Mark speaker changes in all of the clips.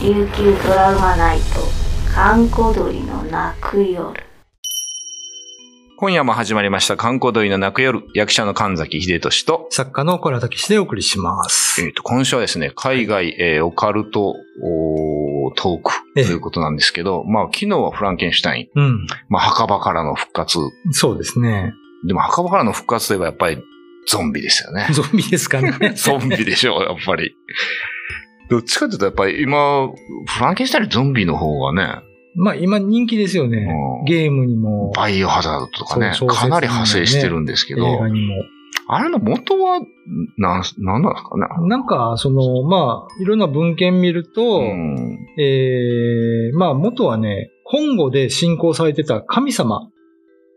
Speaker 1: 琉球ドラマナイト閑古鳥の泣く夜
Speaker 2: 今夜も始まりました、観光鳥の泣く夜、役者の神崎秀俊と、
Speaker 3: 作家の小良武史でお送りします。
Speaker 2: えっ、と、今週はですね、海外、えーオカルト、おートークと
Speaker 3: ええ
Speaker 2: いうことなんですけど、まあ、昨日はフランケンシュタイン、
Speaker 3: うん。
Speaker 2: まあ、墓場からの復活。
Speaker 3: そうで すね。
Speaker 2: でも、墓場からの復活といえばやっぱり、ゾンビですよ ね。。
Speaker 3: ゾンビですかね
Speaker 2: ゾンビでしょう、やっぱり。どっちかというと、やっぱり今、フランケンシュタインゾンビの方がね、
Speaker 3: まあ今人気ですよね
Speaker 2: うん。
Speaker 3: ゲームにも、
Speaker 2: バイオハザードとかね、
Speaker 3: そう小説
Speaker 2: かなり派生してるんですけ
Speaker 3: 映
Speaker 2: ど、
Speaker 3: 画に
Speaker 2: あれの元は、なん、なんなんですかね。
Speaker 3: も。なんか、その、まあ、いろんな文献見ると、
Speaker 2: うん
Speaker 3: えーまあ元はね、本語で信仰されてた神様。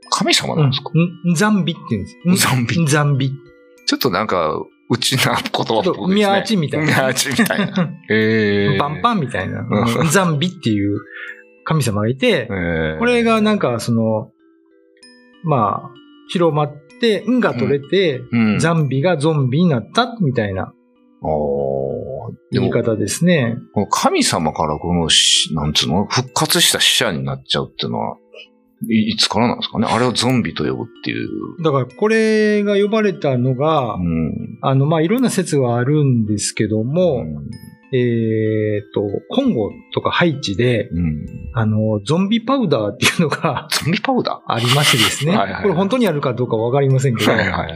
Speaker 2: 神様なんですか、
Speaker 3: うんんザンビって言うんです。ん
Speaker 2: ゾンビ。
Speaker 3: ザンビ。
Speaker 2: ちょっとなんか、うちな言葉っぽいですね。
Speaker 3: ちょっとミャーチみたいな
Speaker 2: ミャーチみたいな。 えー、
Speaker 3: パンパンみたいな
Speaker 2: う。
Speaker 3: ザンビっていう神様がいて、
Speaker 2: えー
Speaker 3: これがなんかその、まあ、広まって、運が取れて、
Speaker 2: うん、
Speaker 3: ザンビがゾンビになったみたいな
Speaker 2: おーで
Speaker 3: 言
Speaker 2: も
Speaker 3: い、方ですね。
Speaker 2: この神様からこのし、なんつうの、復活した死者になっちゃうっていうのは、いいつからなんですかねあれをゾンビと呼ぶっていう。
Speaker 3: だからこれが呼ばれたのが、
Speaker 2: うん。
Speaker 3: あの、まあ、いろんな説はあるんですけども、
Speaker 2: うん
Speaker 3: えーっと、コンゴとかハイチで、
Speaker 2: うん。
Speaker 3: あの、ゾンビパウダーっていうのが
Speaker 2: ゾンビパウダ
Speaker 3: ありましてですね。
Speaker 2: はいはい
Speaker 3: これ本当にあるかどうかわかりませんけ
Speaker 2: ー
Speaker 3: ど、
Speaker 2: はいはい。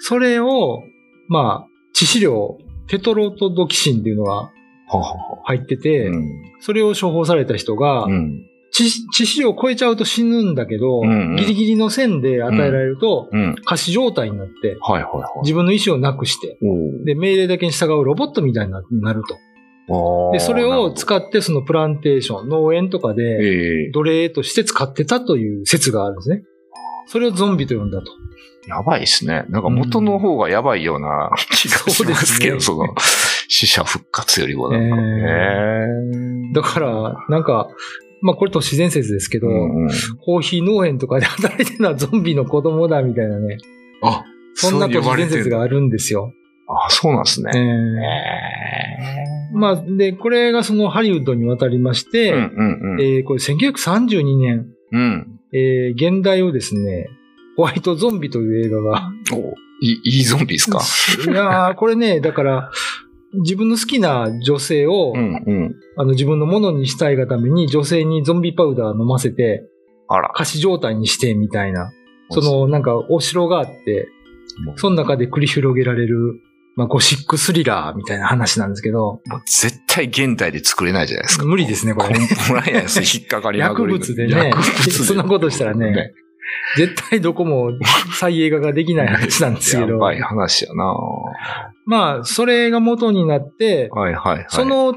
Speaker 3: それを、まあ、致死量、テトロトドキシンっていうのが
Speaker 2: ははは。
Speaker 3: 入ってて、
Speaker 2: うん。
Speaker 3: それを処方された人が、
Speaker 2: うん。
Speaker 3: 致致死量を超えちゃうと死ぬんだけど、
Speaker 2: うんうん
Speaker 3: ギリギリの線で与えられると、
Speaker 2: うん。
Speaker 3: 仮死状態になって、
Speaker 2: はいはいはい。
Speaker 3: 自分の意思をなくして、
Speaker 2: お
Speaker 3: で、命令だけに従うロボットみたいにななると。
Speaker 2: ー
Speaker 3: で、それを
Speaker 2: う。
Speaker 3: 使って、そのプランテーション、農園とかで、
Speaker 2: え
Speaker 3: 奴隷として使ってたという説があるんですね。それをゾンビと呼んだと。
Speaker 2: ー、やばいですね。なんか元の方がやばいような気がしますけど、そ
Speaker 3: そうですね
Speaker 2: の、死者復活よりもなんか。えー
Speaker 3: だから、なんか、まあこれ都市伝説ですけど、
Speaker 2: うんうん
Speaker 3: コーヒー農園とかで働いてるのはゾンビの子供だみたいなね、
Speaker 2: あ、
Speaker 3: そんな
Speaker 2: う呼
Speaker 3: 都
Speaker 2: ばれ
Speaker 3: 市伝
Speaker 2: て
Speaker 3: 説
Speaker 2: る。
Speaker 3: があるんですよ。
Speaker 2: あ、そうなんです
Speaker 3: え
Speaker 2: ね。
Speaker 3: ー
Speaker 2: え
Speaker 3: まあ、で、これがそのハリウッドに渡りまし
Speaker 2: ー
Speaker 3: て、
Speaker 2: うんうんうん。
Speaker 3: えーこれ1932年、
Speaker 2: うん。
Speaker 3: えー現代をですね、ホワイトゾンビという映画が。
Speaker 2: おいい、いいゾンビですか
Speaker 3: いやーこれね、だから、自分の好きな女性を、
Speaker 2: うんうん。
Speaker 3: あの自分のものにしたいがために女性にゾンビパウダー飲ませて、
Speaker 2: あら。
Speaker 3: 仮死状態にしてみたいな、そ、のなんかお城があって、その中で繰り広げられる、まあ、ゴシックスリラーみたいな話なんですけど、
Speaker 2: もう絶対現代で作れないじゃないですか。
Speaker 3: 無理ですね、これ
Speaker 2: コ。ンプライアンス引っかかりまく
Speaker 3: 薬
Speaker 2: り
Speaker 3: 物でね
Speaker 2: 薬物、で
Speaker 3: そんなことしたらね、 絶対どこも再映画ができない話なんですけ
Speaker 2: や
Speaker 3: ど、
Speaker 2: ばい話やな
Speaker 3: まあ、それが元になって、
Speaker 2: はいはいはい。
Speaker 3: そ、の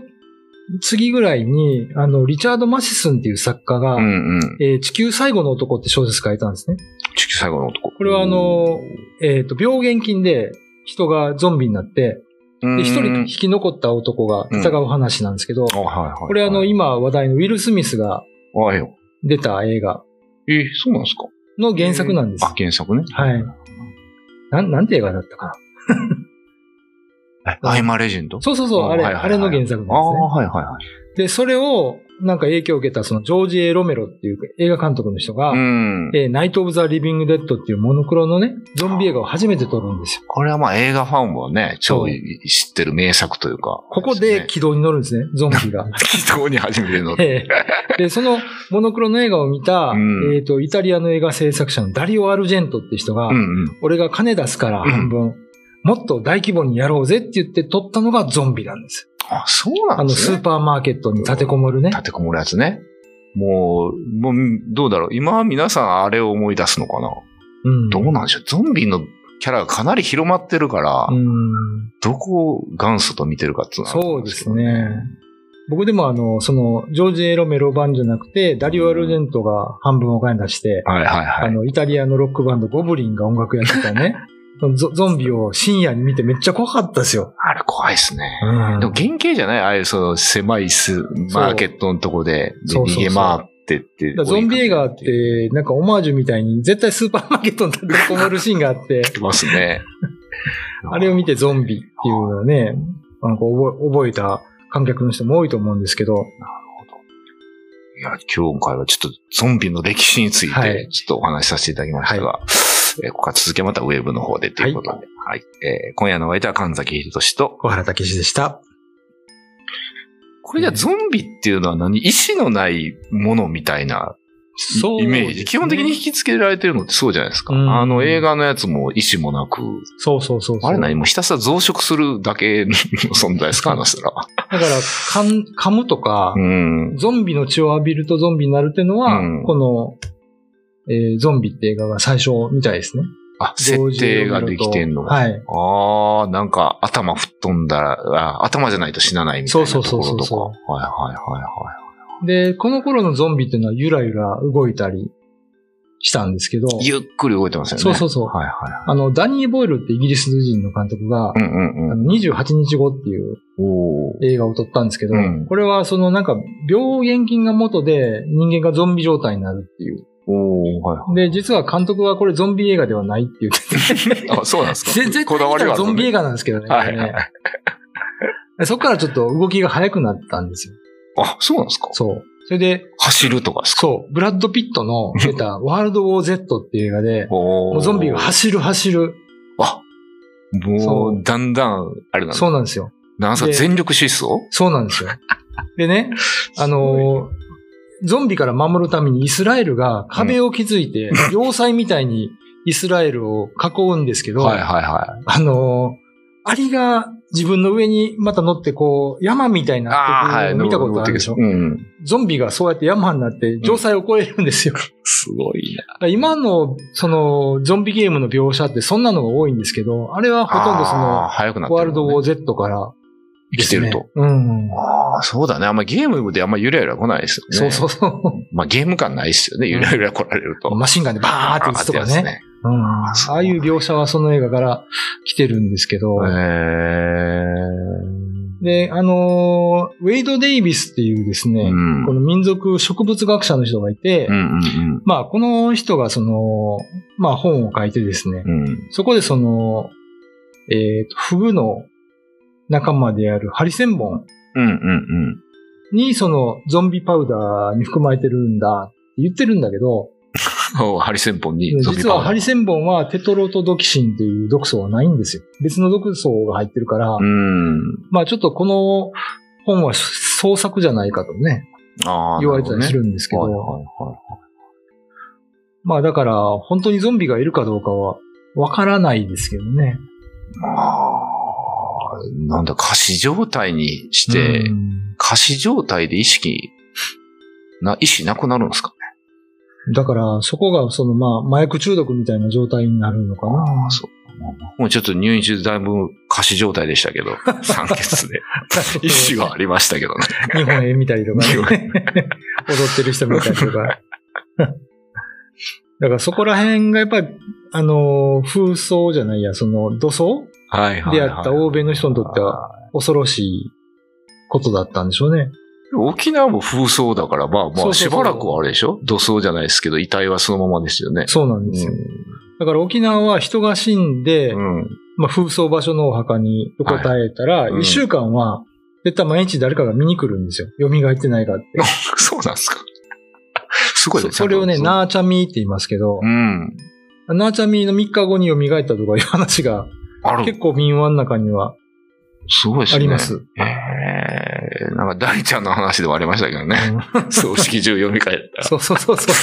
Speaker 3: 次ぐらいに、あの、リチャード・マシスンっていう作家が、
Speaker 2: うんうん。
Speaker 3: えー地球最後の男って小説書いたんですね。
Speaker 2: 地球最後の男。
Speaker 3: これはあの、えっ、と、病原菌で人がゾンビになって、
Speaker 2: うん、
Speaker 3: で一人引き残った男が戦う話なんですけど、
Speaker 2: あ、はいはい。
Speaker 3: これあの、、今話題のウィル・スミスが
Speaker 2: あよ。
Speaker 3: 出た映画
Speaker 2: え、そうなんですか
Speaker 3: の原作なんです
Speaker 2: あ、。原作ね。
Speaker 3: はい。なん、なんて映画だったかな。
Speaker 2: えアイマレジェンド
Speaker 3: そうそうそう、あれ、
Speaker 2: はいはいはい
Speaker 3: あれの原作
Speaker 2: あ
Speaker 3: なんですね
Speaker 2: あ、。はいはいはい。
Speaker 3: で、それを、なんか影響を受けた、その、ジョージ・エロメロっていう映画監督の人が、
Speaker 2: うん。
Speaker 3: えナイト・オブ・ザ・リビング・デッドっていうモノクロのね、ゾンビ映画を初めて撮るんですよ。
Speaker 2: これはまあ映画ファンはね、超
Speaker 3: そう
Speaker 2: 知ってる名作というか。
Speaker 3: ここで軌道に乗るんですね、ゾンビ が。
Speaker 2: すね、軌道に始めるので。
Speaker 3: ええで、そのモノクロの映画を見た、
Speaker 2: うん
Speaker 3: えっ、と、イタリアの映画制作者のダリオ・アルジェントって人が、
Speaker 2: うんうん。
Speaker 3: 俺が金出すから半分、もっと大規模にやろうぜって言って撮ったのがゾンビなんです。
Speaker 2: あ、そうな
Speaker 3: あ
Speaker 2: ん
Speaker 3: の、
Speaker 2: です
Speaker 3: ス
Speaker 2: ね。
Speaker 3: ーパーマーケットに立てこもるね。
Speaker 2: 立てこもるやつね。もう、もう、どうだろう。今は皆さんあれを思い出すのかな。
Speaker 3: うん
Speaker 2: どうなんでしょう。ゾンビのキャラがかなり広まってるから、
Speaker 3: うん
Speaker 2: どこを元祖と見てるかっていうのはある
Speaker 3: そ
Speaker 2: ん
Speaker 3: う
Speaker 2: で
Speaker 3: です
Speaker 2: け
Speaker 3: す
Speaker 2: ど
Speaker 3: ね。。僕でもあの、その、ジョージ・エロメロ版じゃなくて、ダリオ・アルジェントが半分お金出して、
Speaker 2: はいはいは
Speaker 3: あ
Speaker 2: い。
Speaker 3: の、イタリアのロックバンドゴブリンが音楽やって たね、ゾゾンビを深夜に見てめっちゃ怖かったですよ。
Speaker 2: あれ怖いですね。
Speaker 3: うん
Speaker 2: でも原型じゃないああいうその狭いスマーケットのとこでで
Speaker 3: そうそう
Speaker 2: 逃げ
Speaker 3: そう
Speaker 2: 回ってって。
Speaker 3: だからゾンビ映画って、なんかオマージュみたいに、絶対スーパーマーケットに立ってこもるシーンがあって、
Speaker 2: てますね
Speaker 3: 。あれを見てゾンビっていうのをね、なんか覚え覚えた観客の人も多いと思うんですけど、
Speaker 2: いや、今回はちょっとゾンビの歴史につい
Speaker 3: は
Speaker 2: て
Speaker 3: い、
Speaker 2: ちょっとお話しさせていただきましたが、えーここから続きはまたウェブの方でということで、はい。えー今夜のお相手は神崎秀俊と、
Speaker 3: 小原武史でした。
Speaker 2: これじゃあ
Speaker 3: ね
Speaker 2: ゾンビっていうのは何意志のないものみたいな
Speaker 3: そう
Speaker 2: イメージ、
Speaker 3: ですね
Speaker 2: 基本的に引き付けられてるのってそうじゃないですか。
Speaker 3: うん
Speaker 2: あの映画のやつも意志もなく、
Speaker 3: そうそうそうそう。
Speaker 2: あれ何もうひたすら増殖するだけの存在です かあの人ら。
Speaker 3: だから、かん、噛むとか、
Speaker 2: うん。
Speaker 3: ゾンビの血を浴びるとゾンビになるっていうのは、
Speaker 2: うん
Speaker 3: この、えーゾンビって映画が最初みたいですね。
Speaker 2: あ、設定ができてんのか。
Speaker 3: はい。
Speaker 2: ああ、なんか頭吹っ飛んだら、あ頭じゃないと死なないみたいなと
Speaker 3: そう
Speaker 2: こ
Speaker 3: そう
Speaker 2: ろ
Speaker 3: そう
Speaker 2: と
Speaker 3: そう
Speaker 2: か。はいはいはいは
Speaker 3: で、この頃のゾンビっていうのはゆらゆら動いたりしたんですけど、
Speaker 2: い。ゆっくり動いてますよね。
Speaker 3: そうそうそう
Speaker 2: はいは
Speaker 3: あの、ダニー・ボイルってイギリス人の監督が
Speaker 2: い。う、んうん
Speaker 3: あ
Speaker 2: うん。
Speaker 3: の28日後っていう
Speaker 2: おー
Speaker 3: 映画を撮ったんですけど、
Speaker 2: うん
Speaker 3: これはそのなんか病原菌が元で人間がゾンビ状態になるっていう。
Speaker 2: おーはいは
Speaker 3: で、実は監督はこれゾンビ映画ではないっていう。
Speaker 2: い。あ、そうなんですか
Speaker 3: 全然
Speaker 2: こだわりはある
Speaker 3: ゾ
Speaker 2: の
Speaker 3: ンビ
Speaker 2: ね
Speaker 3: 映画なんですけどね。
Speaker 2: はい
Speaker 3: これねそっからちょっと動きが速くなったんですよ。
Speaker 2: あ、そうなんですか
Speaker 3: そう。それで、
Speaker 2: 走るとかですか
Speaker 3: そう、ブラッド・ピッ トの出たワールド・ウォー・ゼットっていう映画で、も
Speaker 2: も
Speaker 3: うゾンビが走る走る。
Speaker 2: あ、も、
Speaker 3: そう
Speaker 2: だんだん、あれなんだ。
Speaker 3: そうなんですよ。
Speaker 2: なんすか、
Speaker 3: で
Speaker 2: 全力疾走
Speaker 3: そうなんですよ。でね、あのーゾンビから守るためにイスラエルが壁を築いて、要塞みたいにイスラエルを囲うんですけど、
Speaker 2: はいはいは
Speaker 3: あのーアリが自分の上にまた乗ってこう、山みたいに
Speaker 2: い。
Speaker 3: なってくるの見たこと
Speaker 2: 登
Speaker 3: あ
Speaker 2: ってく
Speaker 3: るで
Speaker 2: る
Speaker 3: しょ
Speaker 2: うん。
Speaker 3: ゾンビがそうやって山になって城塞を越えるんですよ。だか
Speaker 2: すごいな。
Speaker 3: ら今の、その、ゾンビゲームの描写ってそんなのが多いんですけど、あれはほとんどそ
Speaker 2: あー
Speaker 3: の、
Speaker 2: 早くなって
Speaker 3: ワールド・ウォー・
Speaker 2: ー
Speaker 3: Z から
Speaker 2: 生きてる
Speaker 3: で
Speaker 2: と。
Speaker 3: すね。うん。
Speaker 2: ああ、そうだね。あんまゲームであんまゆらゆら来ないですよね。
Speaker 3: そうそうそ
Speaker 2: まあゲーム感ないですよね。ゆらゆら来られると。
Speaker 3: う。マシンガンでバーって撃つとか
Speaker 2: バーってやつ
Speaker 3: ね。。うん。あ
Speaker 2: そう
Speaker 3: あいう描写はその映画から来てるんですけど、
Speaker 2: へ
Speaker 3: で、あのーウェイド・デイビスっていうです
Speaker 2: え。
Speaker 3: ね、
Speaker 2: うん。う
Speaker 3: こ
Speaker 2: ん
Speaker 3: の民族植物学者の人がいて、
Speaker 2: うん
Speaker 3: まあ、この人がその、まあ、本を書いてですね、
Speaker 2: うん。うん。
Speaker 3: そこでその、えっ、と、フグの仲間であるハリセンボン
Speaker 2: うんうん
Speaker 3: にそのゾンビパウダーに含まれてるんだって言ってるんだけど、
Speaker 2: うん。おハリセンボンにゾンビ
Speaker 3: 実
Speaker 2: パウダー。
Speaker 3: はハリセンボンはテトロトドキシンという毒素はないんですよ。別の毒素が入ってるから、
Speaker 2: うん。
Speaker 3: まあちょっとこの本は創作じゃないかとね、
Speaker 2: ああ。
Speaker 3: 言われたりす
Speaker 2: んで
Speaker 3: るんですけど、
Speaker 2: はいはいはい。
Speaker 3: まあだから本当にゾンビがいるかどうかはわからないですけどね。
Speaker 2: ああ、なんだ、仮死状態にして、
Speaker 3: うん
Speaker 2: 仮死状態で意識、な、意識なくなるんですかね。
Speaker 3: だからそこがそのまあ麻薬中毒みたいな状態になるのかな。
Speaker 2: そう。もうちょっと入院中だいぶ仮死状態でしたけ ど、酸欠で。意識はありましたけどね。
Speaker 3: 日本絵見たりとか、
Speaker 2: 日 本
Speaker 3: ね、踊ってる人見たりとか。 だからそこら辺がやっぱり、あのー、風葬じゃないや、その土葬
Speaker 2: はい
Speaker 3: であった欧米の人にとっては恐ろしいことだったんでしょうね。
Speaker 2: 沖縄も風葬だから、まあま
Speaker 3: そ
Speaker 2: あ、
Speaker 3: うそ
Speaker 2: し
Speaker 3: うそう
Speaker 2: ばらくはあれでしょ土葬じゃないですけど、遺体はそのままですよね。
Speaker 3: そうなんですよ。だから沖縄は人が死んで、
Speaker 2: うん。うん
Speaker 3: まあ、風葬場所のお墓に横たえたら、
Speaker 2: いうん
Speaker 3: 1週間は、絶対毎日誰かが見に来るんですよ。蘇ってないかって。
Speaker 2: そうなんですか。すごい
Speaker 3: そそれをね、、ナーチャミーって言いますけど
Speaker 2: う、ん。
Speaker 3: ナーチャミーの3日後に蘇ったとかいう話が
Speaker 2: ある
Speaker 3: 結構民話の中には
Speaker 2: すごいですね。
Speaker 3: あります。
Speaker 2: えー、なんか大ちゃんの話ではありましたけど ね。葬式中読み返った
Speaker 3: そうそうそうそう。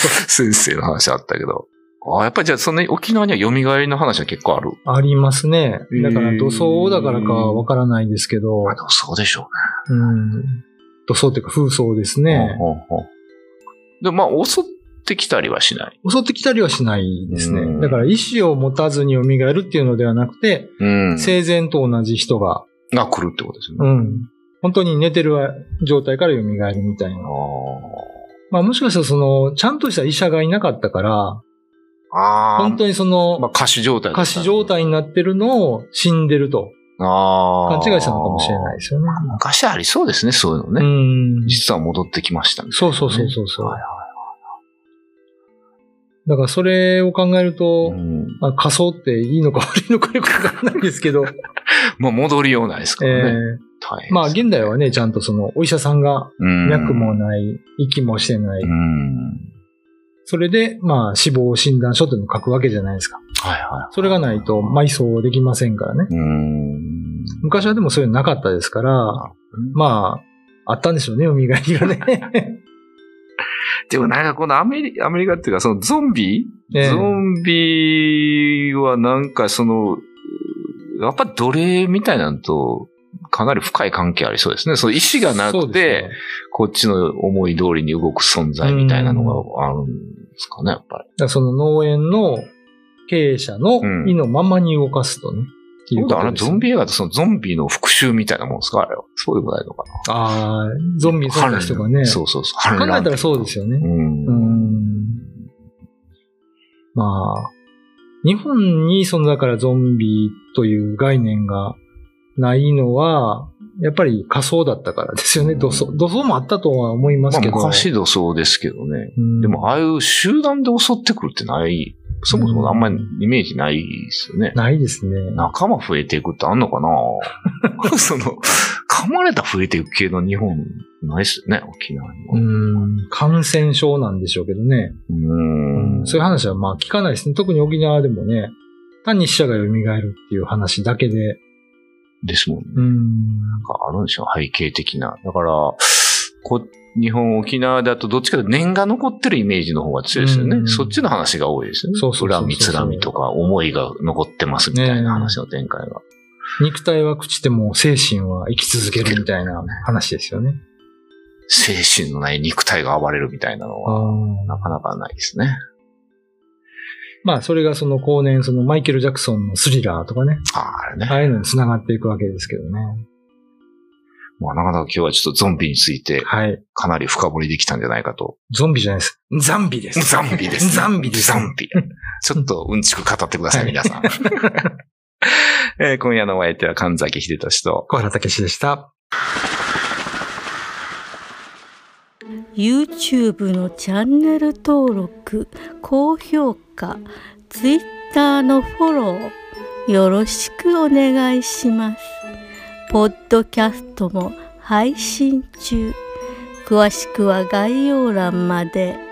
Speaker 2: 先生の話あったけど。あやっぱりじゃあそんなに沖縄には蘇りの話は結構ある。
Speaker 3: ありますね。だか
Speaker 2: へー
Speaker 3: ら土葬だからかわからないですけど、
Speaker 2: まあでもそうでしょ
Speaker 3: うん、土葬っていうか風葬です
Speaker 2: うね。
Speaker 3: ね。
Speaker 2: ほうほうほうで、まあ襲ってきたりはしない。
Speaker 3: 襲ってきたりはしないで
Speaker 2: う
Speaker 3: す
Speaker 2: ん
Speaker 3: ね。だから意思を持たずに蘇るっていうのではなくて、
Speaker 2: うん。
Speaker 3: 生前と同じ人が、
Speaker 2: が来るってことですよ
Speaker 3: う
Speaker 2: ね。
Speaker 3: ん、本当に寝てる状態から蘇るみたいな。まあもしかしたらその、ちゃんとした医者がいなかったから、
Speaker 2: ああー。
Speaker 3: 本当にその、
Speaker 2: まあ仮死状態だった
Speaker 3: 仮死状態になってるのを死んでると
Speaker 2: あ
Speaker 3: 勘
Speaker 2: あ。
Speaker 3: 違いしたのかもしれない
Speaker 2: い。
Speaker 3: ですよね。
Speaker 2: 昔ありそうですね、そういうの
Speaker 3: う
Speaker 2: ね。
Speaker 3: ん。
Speaker 2: 実は戻ってきましたみたい
Speaker 3: そ
Speaker 2: な
Speaker 3: う
Speaker 2: ね
Speaker 3: そうそうそうそう。
Speaker 2: はいは
Speaker 3: だからそれを考える
Speaker 2: い。
Speaker 3: と
Speaker 2: う、ん
Speaker 3: まあ、 仮想っていいのか悪いのかよくわかんないですけど、
Speaker 2: まあ戻りようないですか
Speaker 3: え
Speaker 2: らね。大
Speaker 3: ー
Speaker 2: 変ですね
Speaker 3: まあ、現代はね、ちゃんとその、お医者さんが
Speaker 2: うん、
Speaker 3: 脈もない、息もしてないう
Speaker 2: ん。
Speaker 3: それで、まあ、死亡診断書というのを書くわけじゃないですか。
Speaker 2: はいは
Speaker 3: それがないと埋葬できませんからね。
Speaker 2: い。うん。
Speaker 3: 昔はでもそういうのなかったですから
Speaker 2: ほど、
Speaker 3: まあ、あったんでしょうね、みがり がね。
Speaker 2: でもなんかこのアメリアメリカっていうか、そのゾンビ、
Speaker 3: ええ
Speaker 2: ゾンビはなんかその、やっぱ奴隷みたいなのと、かなり深い関係ありそうですね。その意志がな
Speaker 3: そう
Speaker 2: く
Speaker 3: です
Speaker 2: て、
Speaker 3: ね
Speaker 2: こっちの思い通りに動く存在みたいなのがあるんですかね、やっぱり。
Speaker 3: だからその農園の経営者の
Speaker 2: うん
Speaker 3: 意のままに動かすとね。っていうこ
Speaker 2: あ
Speaker 3: と
Speaker 2: れ
Speaker 3: です
Speaker 2: ゾンビ映画ってそのゾンビの復讐みたいなもんですかあれは。そうでもないのかな。
Speaker 3: ああ、ゾンビにされた人がね。
Speaker 2: そう
Speaker 3: 考
Speaker 2: そうそう。
Speaker 3: え
Speaker 2: 反乱
Speaker 3: たらそうですよね。
Speaker 2: うん。
Speaker 3: うーん。まあ、日本にそのだからゾンビという概念がないのは、やっぱり仮想だったからですよね。
Speaker 2: うん
Speaker 3: 土葬、土葬もあったとは思いますけど。
Speaker 2: まあ、昔度そうですけどね。
Speaker 3: うん
Speaker 2: でも、ああいう集団で襲ってくるってない、そもそもあんまりイメージないですよね。
Speaker 3: ないですね。
Speaker 2: 仲間増えていくってあんのか なその、噛まれた増えていく系の日本、ないっすよね、沖縄に
Speaker 3: う
Speaker 2: も。
Speaker 3: ん、感染症なんでしょうけどね。
Speaker 2: う
Speaker 3: うん
Speaker 2: ん。
Speaker 3: そういう話はまあ聞かないですね。特に沖縄でもね、単に死者が蘇るっていう話だけで。
Speaker 2: ですもんね。
Speaker 3: うん。
Speaker 2: なんかあるんでしょ背景的な。だから、こ日本、沖縄だとどっちかというと念が残ってるイメージの方が強いですよね。
Speaker 3: うん
Speaker 2: そっちの話が多いですよね。
Speaker 3: そうそうそうそう
Speaker 2: 恨み、つらみとか、思いが残ってますみたいな話の展開が。
Speaker 3: 肉体は朽ちても精神は生き続けるみたいな話ですよね。
Speaker 2: 精神のない肉体が暴れるみたいなのは、
Speaker 3: あ
Speaker 2: な
Speaker 3: ー
Speaker 2: かなかないですね。
Speaker 3: まあ、それがその後年、そのマイケル・ジャクソンのスリラーとかね、
Speaker 2: ああ、あれね。
Speaker 3: ああいうのに繋がっていくわけですけどね。
Speaker 2: まあ、なかなか今日はちょっとゾンビについて
Speaker 3: はい。
Speaker 2: かなり深掘りできたんじゃないかと。
Speaker 3: ゾンビじゃないです。ザンビです。
Speaker 2: ゾンビです。
Speaker 3: ザンビです
Speaker 2: ゾンビ。 ちょっとうんちく語ってください、
Speaker 3: はい
Speaker 2: 皆さ ん。えー今夜のお相手は神崎秀俊と、
Speaker 3: 小原武史でした。
Speaker 4: YouTube のチャンネル登録高評価 Twitter のフォローよろしくお願いしますポッドキャストも配信中詳しくは概要欄まで。